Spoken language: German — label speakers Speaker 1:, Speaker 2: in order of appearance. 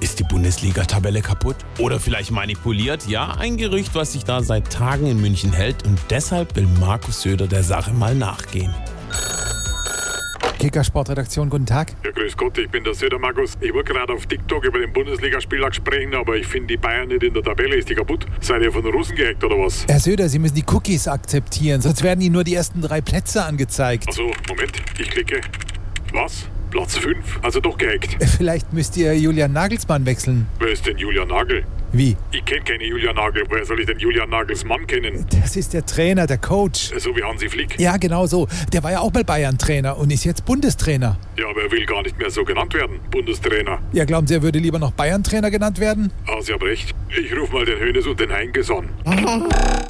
Speaker 1: ist die Bundesliga-Tabelle kaputt? Oder vielleicht manipuliert? Ja, ein Gerücht, was sich da seit Tagen in München hält und deshalb will Markus Söder der Sache mal nachgehen.
Speaker 2: Kicker Sportredaktion, guten Tag.
Speaker 3: Ja, grüß Gott, ich bin der Söder Markus. Ich wollte gerade auf TikTok über den Bundesligaspieltag sprechen, aber ich finde die Bayern nicht in der Tabelle. Ist die kaputt? Seid ihr von den Russen gehackt oder was?
Speaker 2: Herr Söder, Sie müssen die Cookies akzeptieren, sonst werden Ihnen nur die ersten drei Plätze angezeigt.
Speaker 3: Also, Moment, ich klicke. Was? Platz 5? Also doch gehackt.
Speaker 2: Vielleicht müsst ihr Julian Nagelsmann wechseln.
Speaker 3: Wer ist denn Julian Nagel?
Speaker 2: Wie?
Speaker 3: Ich kenne keine Julian Nagel. Woher soll ich denn Julian Nagels Mann kennen?
Speaker 2: Das ist der Trainer, der Coach.
Speaker 3: So wie Hansi Flick.
Speaker 2: Ja, genau so. Der war ja auch mal Bayern-Trainer und ist jetzt Bundestrainer.
Speaker 3: Ja, aber er will gar nicht mehr so genannt werden. Bundestrainer.
Speaker 2: Ja, glauben Sie, er würde lieber noch Bayern-Trainer genannt werden?
Speaker 3: Ah, Sie haben recht. Ich rufe mal den Hönes und den Heinges an.